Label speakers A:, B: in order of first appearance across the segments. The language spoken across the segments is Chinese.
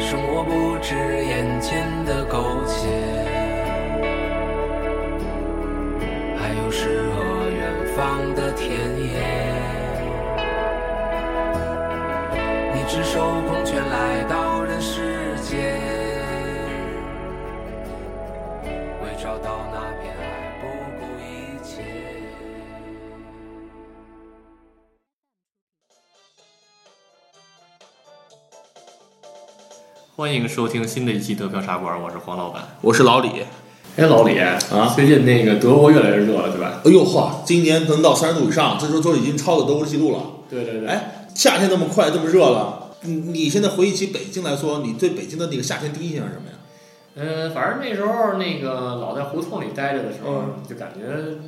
A: 生活不止眼前的苟且，还有诗和远方的田野。你赤手空拳来到人世间，为找到那片爱不顾一切。
B: 欢迎收听新的一期德飘茶馆，我是黄老板。
C: 我是老李。
B: 哎，老李
C: 啊
B: 最近那个德国越来越热了，对吧？
C: 哎呦嚯，今年能到三十度以上，这时候都已经超了德国纪录了。
B: 对对对。
C: 哎，夏天那么快，这么热了，你你现在回忆起北京来说，你对北京的那个夏天第一印象是什么呀？
B: 嗯、反正那时候那个老在胡同里待着的时候，
C: 嗯
B: 就感觉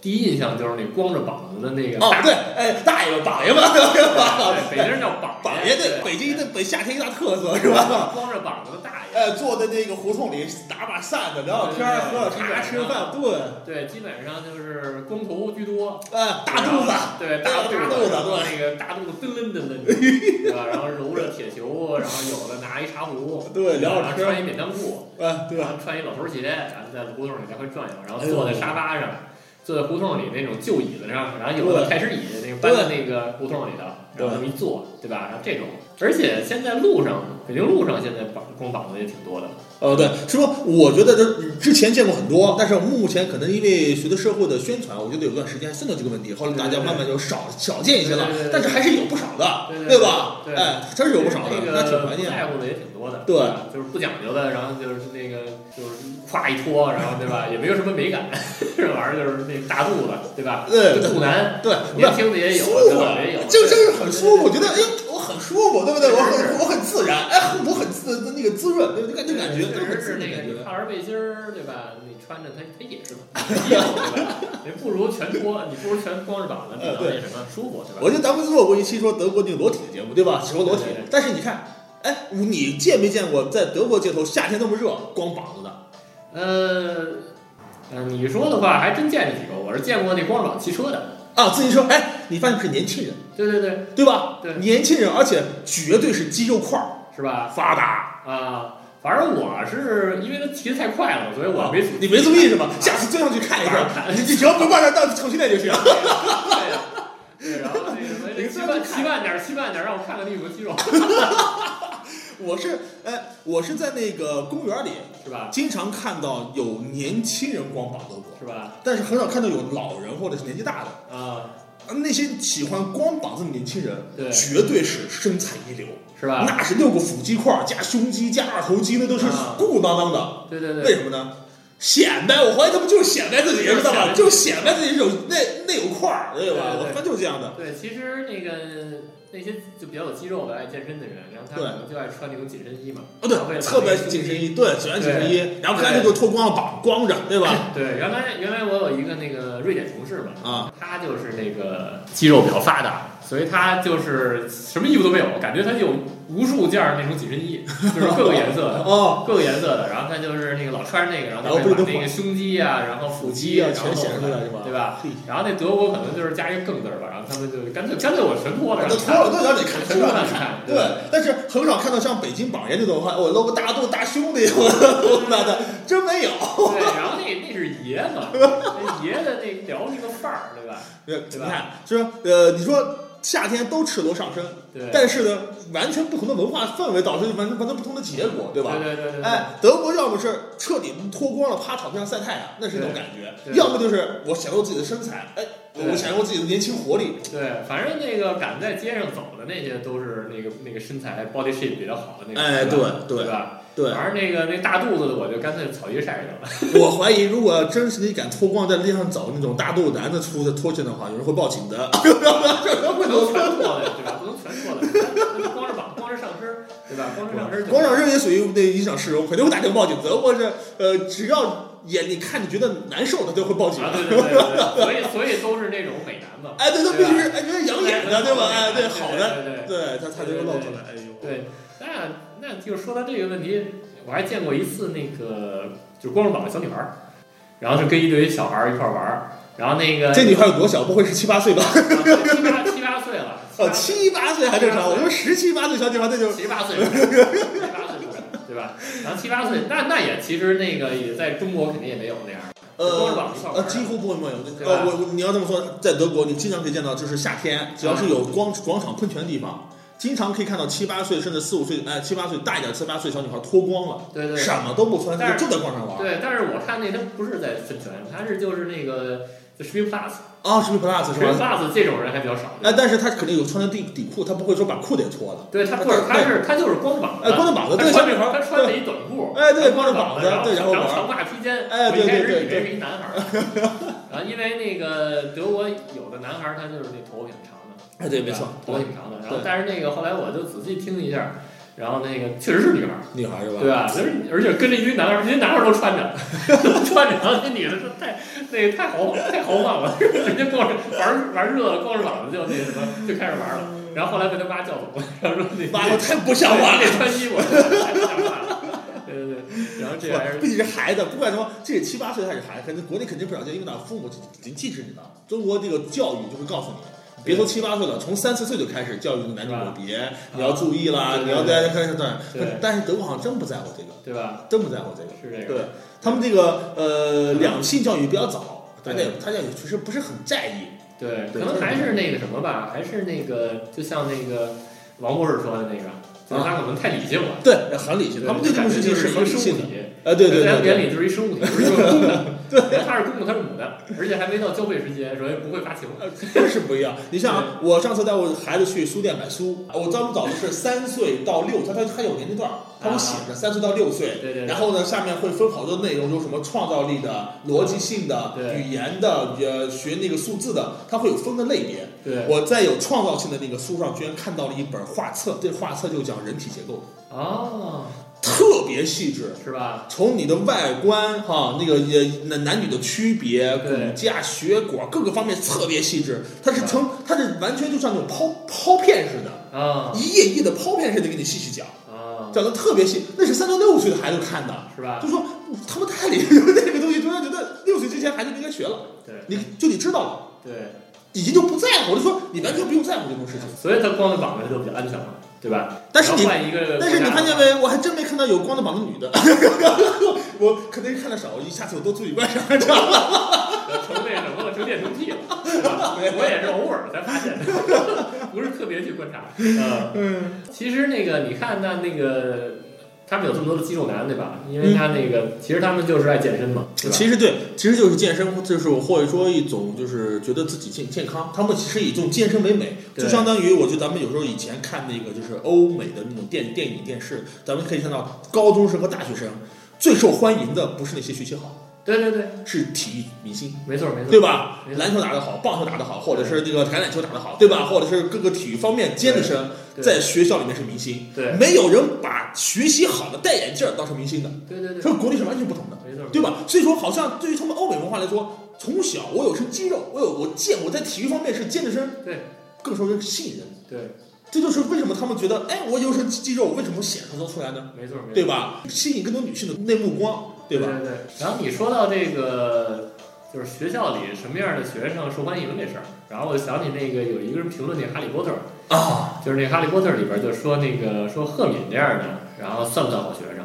B: 第一印象就是那光着膀子的那个
C: 哦
B: 大，
C: 对，哎，大爷们，膀爷们，
B: 对，北京 人叫膀
C: 膀爷对，北京的北夏天一大特色是吧？
B: 光着膀子的大爷。
C: 哎，坐在那个胡同里打把扇子，聊聊天儿，喝喝茶，吃饭，对，
B: 对，基本上就是光头居多，
C: 哎，大肚子，
B: 对，大
C: 大
B: 肚
C: 肚子
B: 然后
C: 对
B: 那个大肚子噔噔噔 噔，对吧？然后揉着铁球，然后有的拿一茶壶，
C: 对，
B: 然
C: 聊聊
B: 后
C: 天儿，
B: 穿一免裆裤，
C: 哎，对
B: 然
C: 吧？
B: 后穿一老头鞋，然后在胡同里来回转悠，然后
C: 哎呦
B: 坐在沙发上，坐在胡同里那种旧椅子上，然后有的
C: 对
B: 太师椅那个搬到那个胡同里头，然后那么一坐，对吧？然后这种，而且现在路上，北京路上现在绑光膀子也挺多的，
C: 呃，对，是说我觉得这之前见过很多，但是目前可能因为随着社会的宣传，我觉得有段时间渗透这个问题，后来大家慢慢就少少见一些了
B: 对对对对，
C: 但是还是有不少的，
B: 对对对
C: 对吧？
B: 对
C: 哎，真是有不少的，
B: 那
C: 那挺
B: 个
C: 怀
B: 不
C: 念。
B: 在乎的也挺多的，
C: 对
B: 吧，就是不讲究的，然后就是那个就是夸一脱，然后对吧，也没有什么美感， 这玩意儿就是那大肚子，对吧？
C: 对对
B: 肚腩，
C: 对，
B: 年轻的也有，
C: 舒
B: 对
C: 服
B: 吧？也有，，
C: 这
B: 对
C: 这是很舒服，我觉得哎，我很舒服，对不对？
B: 是
C: 我
B: 是
C: 很我很自然，哎，我很自那个滋润，对不对？感觉感觉，
B: 确
C: 对
B: 实
C: 很自
B: 是
C: 然
B: 那
C: 感
B: 个你
C: 觉。
B: 套着背心儿，对吧？你穿着它，它也是 衣服，对吧？你不如全脱，你不如全光着膀子，比
C: 呃
B: 较那
C: 对
B: 什么舒服，对吧？
C: 我记得咱们做过一期说德国那个裸体的节目，对吧？说裸体
B: 对对对，
C: 但是你看，哎，你见没见过在德国街头夏天那么热光膀子的？
B: 呃，呃，你说的话还真见着几个，我是见过那光着膀子骑车的，
C: 啊，自行车，哎，你发现是年轻人，
B: 对对对，
C: 对吧？
B: 对
C: 年轻人，而且绝对是肌肉块儿
B: 是吧？
C: 发达。
B: 啊，反正我是因为他骑得太快了，所以我没
C: 啊哦你没注意是吧？下次追上去看一
B: 晚上啊
C: 看，
B: 看
C: 你你只要不往那到程序内就行。
B: 对呀对，然后那什么，这骑慢骑慢点儿，骑慢点儿，让我看看你有没有肌肉，
C: 我是，哎，我是在那个公园里
B: 是吧？
C: 经常看到有年轻人光膀子的
B: 是吧？
C: 但是很少看到有老人或者是年纪大的。
B: 啊，
C: 那些喜欢光膀子的年轻人，
B: 对，
C: 绝对啊是身材一流，
B: 是吧？
C: 那是六个腹肌块儿加胸肌加二头肌，那都是
B: 啊
C: 鼓鼓囊囊的。
B: 对对对
C: 为。什么呢？显摆，我怀疑他们就是显摆自己，知道吧？就是显摆自己是有那那有块儿，对
B: 对
C: 吧？
B: 对对
C: 我一般就是这样的。
B: 对，其实那个那些就比较有肌肉的、爱健身的人，然后他
C: 对
B: 可能就爱穿那种紧身衣嘛。
C: 哦，
B: 然后为
C: 对，
B: 了
C: 特别
B: 把那个
C: 紧身
B: 胸肌。
C: 衣，对，喜欢紧身衣，然后干脆就脱光了膀，光着，对吧？
B: 对，原来原来我有一个那个瑞典同事嘛，
C: 啊，
B: 他就是那个肌肉比较发达，所以他就是什么衣服都没有，感觉他有无数件儿那种紧身衣，就是各个颜色 的。
C: 哦，
B: 各个颜色的，然后他就是那个老穿着那个，然
C: 然
B: 后他会
C: 后不是
B: 把
C: 都
B: 那个胸肌啊，然后腹
C: 腹
B: 肌，
C: 肌
B: 然
C: 啊，
B: 后
C: 全显出来是吧？
B: 对吧？
C: 嘿？
B: 然后那德国可能就是加一个更字儿吧，然后他们就干脆干脆我全脱了，
C: 啊都脱了，都让你看，
B: 全
C: 全
B: 脱
C: 让
B: 了
C: 你看。
B: 看，
C: 对，但是很少看到像北京榜爷那种，还哦我露个大肚大胸的， 我妈的，真没有。
B: 对，然后那那是爷 嘛，那爷的那聊那个范儿，对吧？
C: 你
B: 吧
C: 看，就是呃，你说夏天都赤裸上身，
B: 对，
C: 但是呢，完全不同的文化氛围导致完全完全不同的结果，对吧？
B: 对对对对，
C: 哎，德国要么是彻底脱光了趴草地上晒太阳，那是一种感觉
B: 对；对
C: 要么就是我享受自己的身材，哎，
B: 对
C: 我享受自己的年轻活力。
B: 对，反正那个敢在街上走的那些都是那个那个身材 body shape 比较好的那个，
C: 哎，
B: 对吧
C: 对对
B: 吧？
C: 对，
B: 反正那个那大肚子的，我就干脆草地晒着了。
C: 我怀疑如果真是你敢脱光在街上走那种大肚腩的出去脱去的话，有人会报警的。
B: 不能全脱的，对吧？不能全脱的，光着膀，光着上身，对吧？广场是
C: 广场上也属于那影响市容，肯定会打电话报警。德国是呃，只要眼你看你觉得难受，他就会报警。
B: 啊，对对对对，所以所以都是那种美男嘛。
C: 哎，对，他必
B: 对吧
C: 须是哎，觉得养眼的，对吧？哎，
B: 对
C: 好的，
B: 对对对
C: 对他才能够露出来。哎呦，
B: 对，那那就是说到这个问题，我还见过一次那个就是光着膀的小女孩儿，然后就跟一堆小孩儿一块儿玩儿，然后那个
C: 这女孩有多小？不会是七八岁吧？
B: 七八七八岁了，
C: 哦，七八岁还正常，我说十七八岁小女孩那就
B: 七八岁，七八岁不是，对吧？然后七八岁，那那也其实那个也在中国肯定也没有那样儿，光着
C: 呃。
B: 膀子一块儿玩
C: 呃，
B: 儿
C: 几乎不会没有。
B: 对吧
C: 呃，我我你要这么说，在德国，你经常可以见到，就是夏天，只要是有光广场喷泉的地方，经常可以看到七八岁甚至四五岁，哎，七八岁大一点，七八岁小女孩脱光了，
B: 对对。
C: 什么都不穿，
B: 但
C: 就是就在广场玩。
B: 对，但是我看那他不是在分权，他是就是那个就 s t r e e plus
C: 啊，是不是 plus 是
B: s t r e e
C: 吧？
B: plus 这种人还比较少。
C: 哎，但是他肯定有穿的底底裤，他不会说把裤子也脱了。
B: 对他不是，他是他就是光着膀子，
C: 哎，光着膀子，
B: 他
C: 对，小
B: 穿
C: 女
B: 着
C: 孩，
B: 他穿着一短裤，
C: 哎对
B: 光子，
C: 光着膀子对
B: 然
C: 然
B: 后
C: 后
B: 然
C: 玩
B: 长发披肩，
C: 哎
B: 我一
C: 对
B: 开始
C: 对
B: 以
C: 对
B: 为是一男孩儿， 然后因为那个德国有的男孩儿他就是那头发挺长的，
C: 哎，对，没
B: 吧
C: 错，
B: 头发挺长的，然后
C: 对
B: 但是那个后来我就仔细听一下，然后那个确实是女孩儿，
C: 女孩是吧？
B: 对啊吧？就是而且跟着一堆男孩儿，人家男孩儿都穿着， 都穿着，然后那女的说太那太豪放太豪放了， 人家光着玩玩热了，光着膀子就那什么就开始玩了，然后后来被他妈叫走了，然后说那
C: 妈，我太不
B: 想
C: 想玩了。
B: 得穿衣服，太不想玩了。对对对，然后这还是
C: 不仅是孩子，不管什么，这七八岁还是孩子，国内肯定不少见，因为哪父母已经禁止你了。中国这个教育就会告诉你，别说七八岁了，从三四岁就开始教育男女有别，你要注意
B: 啊
C: 啦，你要大家开始对。但是德国好像真不在乎这个，
B: 对吧？
C: 真不在乎这个。
B: 是这个。
C: 对他们这个呃两性教育比较早，大家也大家也确实不是很在意。
B: 对，可
C: 对
B: 能还是那个什么吧，还是那个，就像那个王博士说的那个，就是他可能太理性了。
C: 对，很理性，他啊们对这
B: 感觉
C: 种事
B: 就
C: 情
B: 是一
C: 很
B: 个
C: 理
B: 生物
C: 性的
B: 体。，
C: 哎，对对
B: 在他
C: 对
B: 们眼
C: 对，
B: 里就是一生物体，不是一个公的。对，他是公的，他是母的，而且还没到交配时间，所以不会发情。
C: 这是不一样。你像啊我上次带我孩子去书店买书，我专门找的是三岁到六，他他他有年龄段儿，他会写着三岁到六岁。
B: 啊对对对
C: 然后呢，下面会分好多内容，有什么创造力的、逻辑性的、
B: 对
C: 语言的、呃学那个数字的，它会有分的类别。
B: 对，
C: 我在有创造性的那个书上，居然看到了一本画册，这画册就讲人体结构，
B: 哦，
C: 特别细致。
B: 是吧？
C: 从你的外观哈，那个也男男女的区别、骨
B: 对
C: 架、血管各个方面特别细致，它是成，它是完全就像那种抛抛片似的，
B: 啊
C: 一页一页的抛片似的给你细细讲，
B: 啊，
C: 讲的特别细。那是三到六岁的孩子看的，
B: 是吧
C: 就？说嗯他们太理那个东西，突然觉得六岁之前孩子就应该学了，
B: 对
C: 你就你知道了，
B: 对。
C: 已经就不在乎了，就说你完全不用在乎这种事情。
B: 所以他光着膀子就比较安全嘛，对吧？
C: 但是你
B: 然后换一个，
C: 但是你看见？没？我还真没看到有光着膀的女的， 我可能看的少，下次我多注意观察。
B: 成那什么了，成恋童癖了。对 吧我也是偶尔才发现的，不是特别去观察。 嗯，其实那个你看，那那个他们有这么多的肌肉男，对吧？因为他那个其实他们就是爱健身嘛，对吧？
C: 嗯其实对，其实就是健身，就是或者说一种就是觉得自己健健康，他们其实以这种健身为美，
B: 对
C: 就相当于我觉得咱们有时候以前看那个就是欧美的那种电电影电视，咱们可以看到高中生和大学生最受欢迎的不是那些学习好，
B: 对对对，
C: 是体育明星。
B: 没错没错，
C: 对？吧
B: 没？错
C: 篮球打得好，棒球打得好，或者是那个橄榄球打得好，对吧？或者是各个体育方面尖子生，
B: 对
C: 在学校里面是明星，
B: 对
C: 没有人把学习好的戴眼镜儿当成明星的，
B: 对对对，
C: 和国内是完全不同的。
B: 没错，
C: 对吧？所以说，好像对于他们欧美文化来说，从小我有身肌肉，我有我健，我在体育方面是健着身，
B: 对
C: 更受人吸引人。
B: 对，
C: 这就是为什么他们觉得，哎，我有身肌肉，我为什么显示得出来呢？
B: 没错没错，
C: 对吧？吸引更多女性的那目光，对吧？
B: 对对。然后你说到这个，就是学校里什么样的学生受欢迎这事儿，然后我就想起那个有一个人评论那《哈利波特》
C: 啊，
B: 就是那《哈利波特》里边就说那个说赫敏这样的，然后算不算好学生？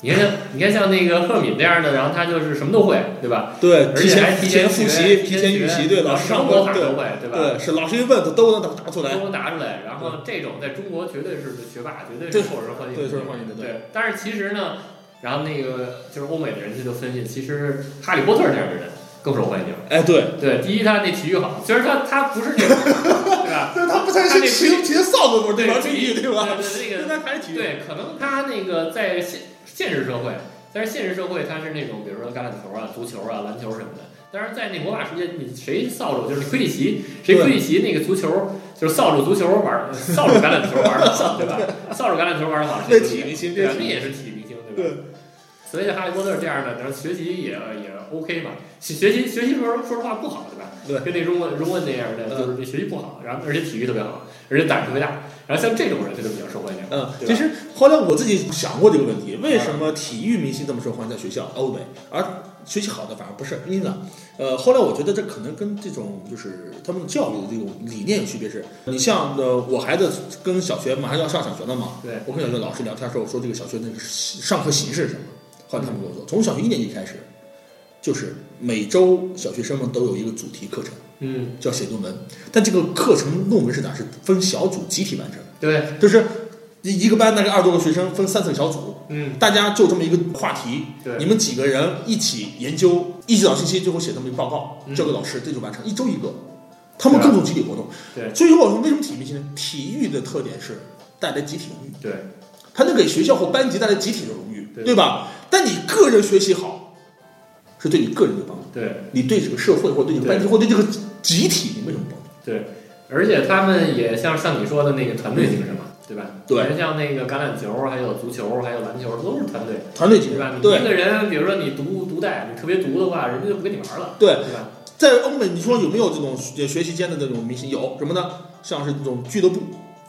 B: 你看像你看像那个赫敏这样的，然后他就是什么都会，对吧？
C: 对，
B: 而
C: 提
B: 且还
C: 前
B: 提
C: 提前
B: 学
C: 复习，
B: 提
C: 提前预
B: 学
C: 习，对，
B: 然
C: 老
B: 后
C: 师
B: 什
C: 上
B: 么魔
C: 过，
B: 法都
C: 对
B: 会，对吧？
C: 对，是老师一问，他都能答答出来。
B: 都拿出来，然后这种在中国绝对是学霸，绝对
C: 对
B: 是受人欢迎，
C: 对受人欢迎的对
B: 对。但是其实呢，然后那个就是欧美的人他就分析，其实哈利波特这样的人更受欢迎。
C: 哎，对，
B: 对，第一他那体育好，虽然他他不是 那种，对吧？
C: 但是他不才
B: 他那
C: 是骑骑扫帚不是对吧？
B: 对
C: 体育对吧？
B: 对对那个
C: 那还是体育。
B: 对，可能他那个在现现实社会，但是现实社会它是那种，比如说橄榄球啊、足球啊、篮球什么的。但是在那魔法世界，你谁扫帚就是推理棋，谁推理棋那个足球就是扫帚足球玩儿，扫帚橄榄球玩儿好，对吧？扫帚橄榄球玩儿好，
C: 那
B: 谁
C: 体
B: 对
C: 力 行，
B: 吧？
C: 体
B: 那
C: 力
B: 也是体育明星，对吧？
C: 对，
B: 所以像哈利波特这样的，然后学习也也 OK 嘛，学学习学习说说实话不好，对吧？
C: 对嗯
B: 跟那中文中文那样的，就是学习不好，然后而且体育特别好，而且胆儿特别大，然后像这种人他就比较受欢迎。
C: 嗯，
B: 对吧嗯
C: 其实后来我自己想过这个问题，为什么体育明星这么受欢迎在学校欧美，而学习好的反而不是？因为呢，呃，后来我觉得这可能跟这种就是他们教育的这种理念有区别是，你像呃，我孩子跟小学马上要上小学了嘛，
B: 对，
C: 我跟小学老师聊天的时候说这个小学那个上课形式是什么，后来他们跟我说，从小学一年级开始，就是每周小学生们都有一个主题课程
B: 嗯，
C: 叫写论文，但这个课程论文是哪是分小组集体完成的。
B: 对，
C: 就是一一个班大概二十多个学生分三四个小组，
B: 嗯，
C: 大家就这么一个话题，
B: 对
C: 你们几个人一起研究，一起找信息，最后写这么一个报告，
B: 嗯
C: 交给老师，这就完成，一周一个。他们各种集体活动，
B: 对啊
C: 所以说我说为什么体育明星呢？体育的特点是带来集体荣誉，
B: 对，
C: 它能给学校或班级带来集体的荣誉，
B: 对
C: 对吧？但你个人学习好，是对你个人有帮助，
B: 对。
C: 你对这个社会或对你班级或对这个集体你没什么帮助。
B: 而且他们也像像你说的那个团队精神嘛，对吧？
C: 对
B: 你像那个橄榄球，还有足球，还有篮球，都是团队，
C: 团队精
B: 对吧？
C: 神，
B: 你
C: 对
B: 一个人，比如说你独独带，你特别独的话，人家就不跟你玩了，
C: 对，
B: 对吧？
C: 在欧美，你说有没有这种学学习间的这种明星？有什么呢？像是这种俱乐部、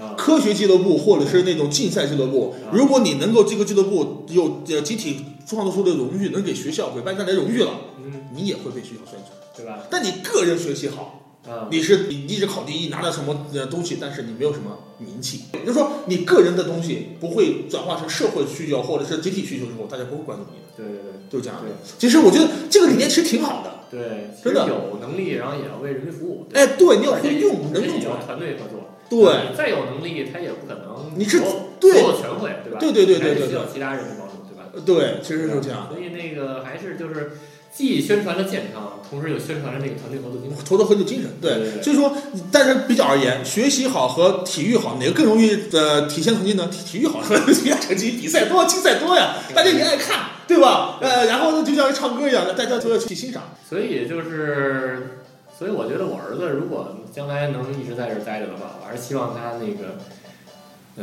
B: 啊，
C: 科学俱乐部，或者是那种竞赛俱乐部
B: 啊。
C: 如果你能够这个俱乐部有呃集体创造出的荣誉，能给学校、给班带来荣誉了，
B: 嗯，
C: 你也会被学校宣传。
B: 对吧？
C: 但你个人学习好，
B: 啊，
C: 你是你一直考第一，拿了什么呃东西，但是你没有什么名气，也就是说你个人的东西不会转化成社会需求或者是集体需求之后，大家不会关注你的，
B: 对对对
C: 就这样的。其实我觉得这个理念其实挺好的。
B: 对，其实
C: 真的
B: 有能力，然后也要为人民服务。
C: 哎，对，你要
B: 而且
C: 会用，
B: 而
C: 能
B: 且
C: 用
B: 也
C: 出
B: 要
C: 来。
B: 团队合作。
C: 对，
B: 你再有能力，他也不可能
C: 你是
B: 所有所
C: 对
B: 有全会，对吧？
C: 对对对对
B: 还是
C: 对
B: 需
C: 对
B: 要其他人的帮助，对吧？
C: 对，其实是这样的。
B: 所以那个还是就是既宣传了健康，同时又宣传了那个团队合作精神。
C: 投入很有精神，
B: 对对对
C: 所以说，但是比较而言，学习好和体育好哪个更容易呃体现成绩呢？体体育好， 体育成绩比赛多，竞赛多呀，
B: 对
C: 大家也爱看，对吧？
B: 对
C: 呃，然后呢，就像唱歌一样，大家都要去欣赏。
B: 所以就是，所以我觉得我儿子如果将来能一直在这儿待着的话，我还是希望他那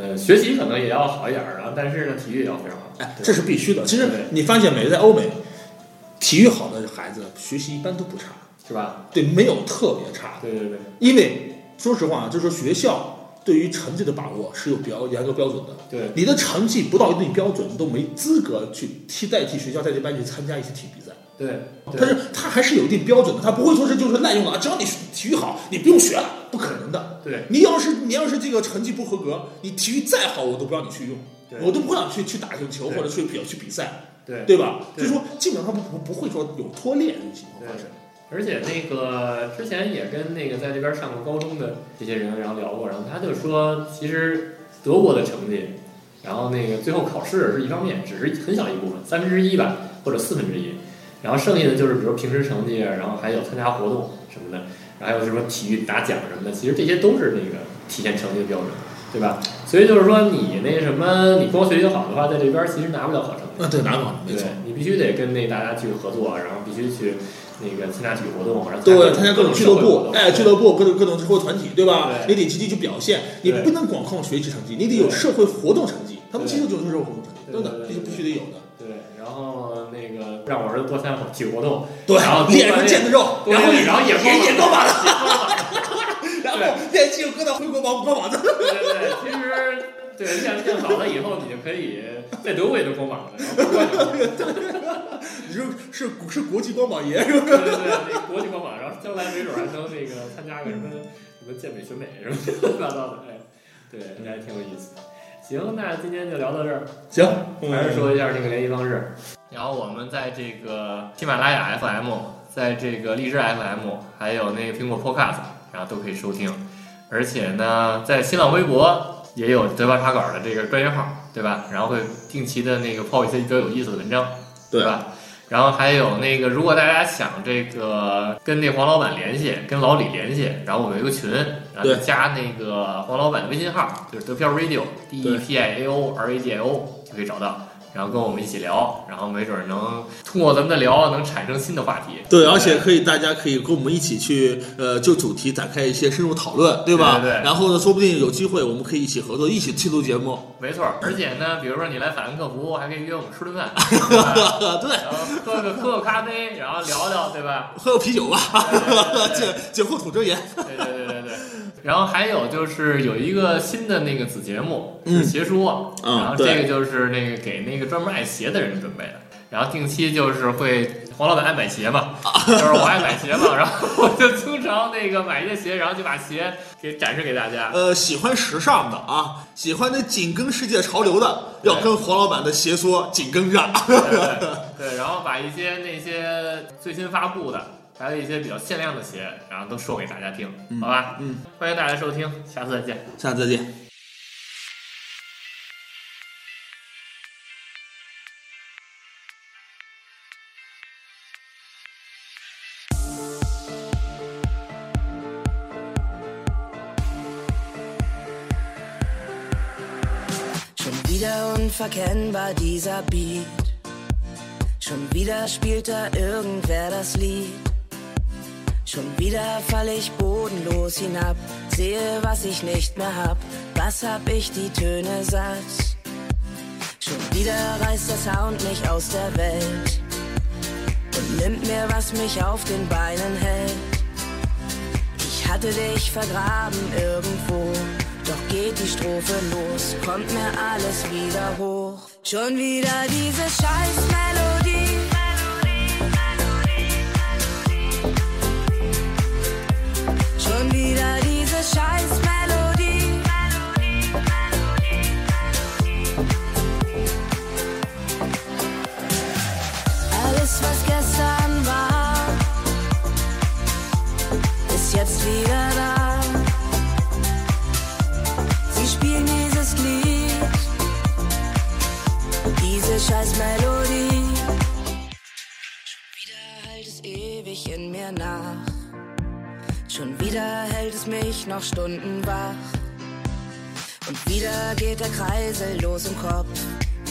B: 个，呃，学习可能也要好一点儿，然后但是呢，体育也要非常好。
C: 哎，
B: 对
C: 这是必须的。其实
B: 对
C: 你发现没，在欧美，体育好的孩子学习一般都不差，
B: 是吧？
C: 对，没有特别差的。
B: 对对对，
C: 因为说实话，啊就是说学校对于成绩的把握是有比较严格标准的。
B: 对
C: 你的成绩不到一定标准，你都没资格去替代替学校代替班去参加一些体育比赛。
B: 对对，
C: 但是哦他还是有一定标准的，他不会说是就是滥用了啊，只要你体育好，你不用学了，不可能的。
B: 对
C: 你要是你要是这个成绩不合格，你体育再好，我都不让你去用，
B: 对
C: 我都不让你去去打球球
B: 对
C: 或者去比去比赛，
B: 对
C: 对吧？
B: 对
C: 所以说基本上不不不会说有脱裂的情况发生。
B: 而且那个之前也跟那个在这边上过高中的这些人，然后聊过，然后他就说，其实德国的成绩，然后那个最后考试是一方面，只是很小一部分，三分之一吧，或者四分之一，然后剩下的就是比如平时成绩，啊然后还有参加活动什么的，然后还有什么体育拿奖什么的，其实这些都是那个体现成绩的标准，对吧？所以就是说你那什么，你光学习好的话，在这边其实拿不了好成绩。
C: 啊，对，拿好，没
B: 对
C: 错。
B: 你必须得跟那大家去合作，然后必须去那个参加体育活动，然后
C: 对，参加各种俱乐
B: 社会活
C: 部
B: 动，
C: 哎，俱乐部各种各种社会团体，对吧？
B: 对
C: 你得积极去表现，你
B: 对
C: 不能光靠学习成绩，你得有
B: 对
C: 社会活动成绩。他们
B: 对
C: 其实就是社会活动成绩，
B: 对
C: 真
B: 对
C: 的，
B: 对
C: 这是
B: 对
C: 必须得有的。
B: 对，然后那个让我儿子多参加体育活动，
C: 对，
B: 然后
C: 练
B: 多锻
C: 出
B: 炼
C: 腱子肉，
B: 多
C: 然后
B: 锻炼然后也光
C: 也也光膀子，
B: 光膀
C: 然后练肌肉疙瘩回国光光膀子。
B: 对对对，其实对练练好了以后，你就可以在德国也能光膀子，然后光膀子
C: 你说是是国际光膀爷是吧？
B: 对对对，那国际光膀，然后将来没准还能那个参加个什么什么健美选美什么乱七八糟的，哎，对，这还挺有意思。行，那今天就聊到这儿。
C: 行，
B: 还是说一下这个联系方式。然后我们在这个喜马拉雅 FM，在这个荔枝 FM，还有那个苹果 Podcast，然后都可以收听。而且呢，在新浪微博也有德巴茶馆的这个专业号，对吧？然后会定期的那个抛一些比较有意思的文章，
C: 对啊
B: 吧？然后还有那个，如果大家想这个跟那黄老板联系，跟老李联系，然后我们有一个群，然后
C: 对
B: 加那个黄老板的微信号，就是得票 radio d e p i a o r a d i o 就可以找到。然后跟我们一起聊，然后没准儿能通过咱们的聊能产生新的话题。
C: 对，而且可以，大家可以跟我们一起去，呃，就主题展开一些深入讨论，对吧？
B: 对对对
C: 然后呢，说不定有机会，我们可以一起合作，一起去录节目。
B: 没 错儿，而且呢，比如说你来法兰克福，还可以约我们吃顿饭，对吧
C: 呃对，
B: 然后喝个喝个咖啡，然后聊聊，对吧？
C: 喝个啤酒吧，
B: 对
C: 解解惑吐真言。
B: 对对对对对。然后还有就是有一个新的那个子节目
C: 嗯
B: 是邪说，
C: 嗯
B: 然后
C: 对
B: 这个就是那个给那个专门爱鞋的人准备的。然后定期就是会，黄老板爱买鞋嘛， 就是我爱买鞋嘛，然后我就经常那个买一些鞋，然后就把鞋给展示给大家。
C: 呃，喜欢时尚的啊，喜欢那紧跟世界潮流的，要跟黄老板的邪说紧跟 上。
B: 对对对，然后把一些那些最新发布的，还有一些比较限量的鞋，然后都说给大家听，好吧？
C: 嗯，
B: 欢迎大家收听，下次再见。
C: 下次再见。
D: Schon wieder unverkennbar dieser Beat. Schon wieder spielt da irgendwer das Lied. Schon wieder fall ich bodenlos hinab. Sehe, was ich nicht mehr hab. Was hab ich die Töne satt? Schon wieder reißt der Sound mich aus der Welt. Und nimmt mir, was mich auf den Beinen hält. Ich hatte dich vergraben irgendwo, doch geht die Strophe los, kommt mir alles wieder hoch. Schon wieder diese scheiß Melodie. Schon wieder diese scheiß Melodie. Alles, was gestern war, ist jetzt wieder da. Sie spielen dieses Lied, diese scheiß Melodie. Schon wieder hält es ewig in mir nach. Schon wieder hält es mich noch Stunden wach. Und wieder geht der Kreisel los im Kopf.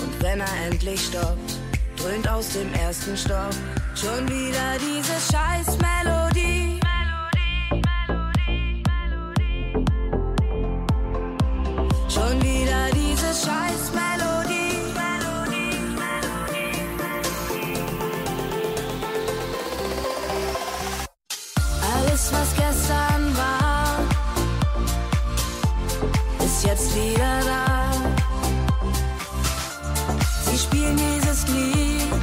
D: Und wenn er endlich stoppt, dröhnt aus dem ersten Stock schon wieder diese scheiß Melodie. Schon wieder diese scheiß Melodie. Alles, was gestern war, ist jetzt wieder da. Sie spielen dieses Lied,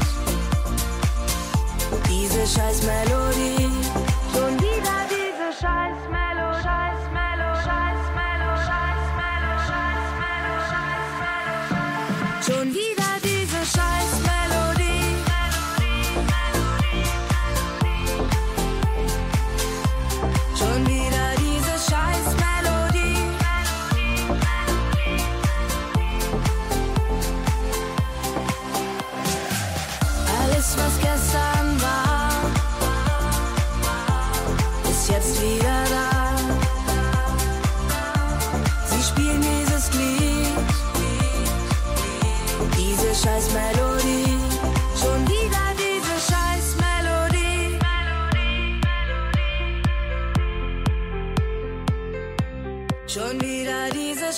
D: diese scheiß Melodie. Schon wieder diese scheiß Melo, scheiß Melo, scheiß Melo, scheiß Melo, scheiß Melo, scheiß Melo. Schon wieder diese scheiß Melodie. Schon wieder diese scheiß Melodie. Alles, was gestern war, ist jetzt wieder da. Sie spielen dieses Lied, diese scheiß Melodie. Schon wieder diese scheiß Melodie. Schon wieder diese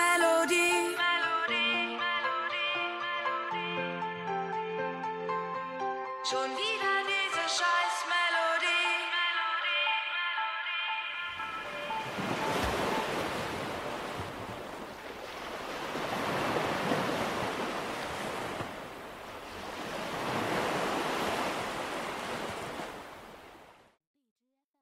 D: Melodie. Schon wieder diese scheiß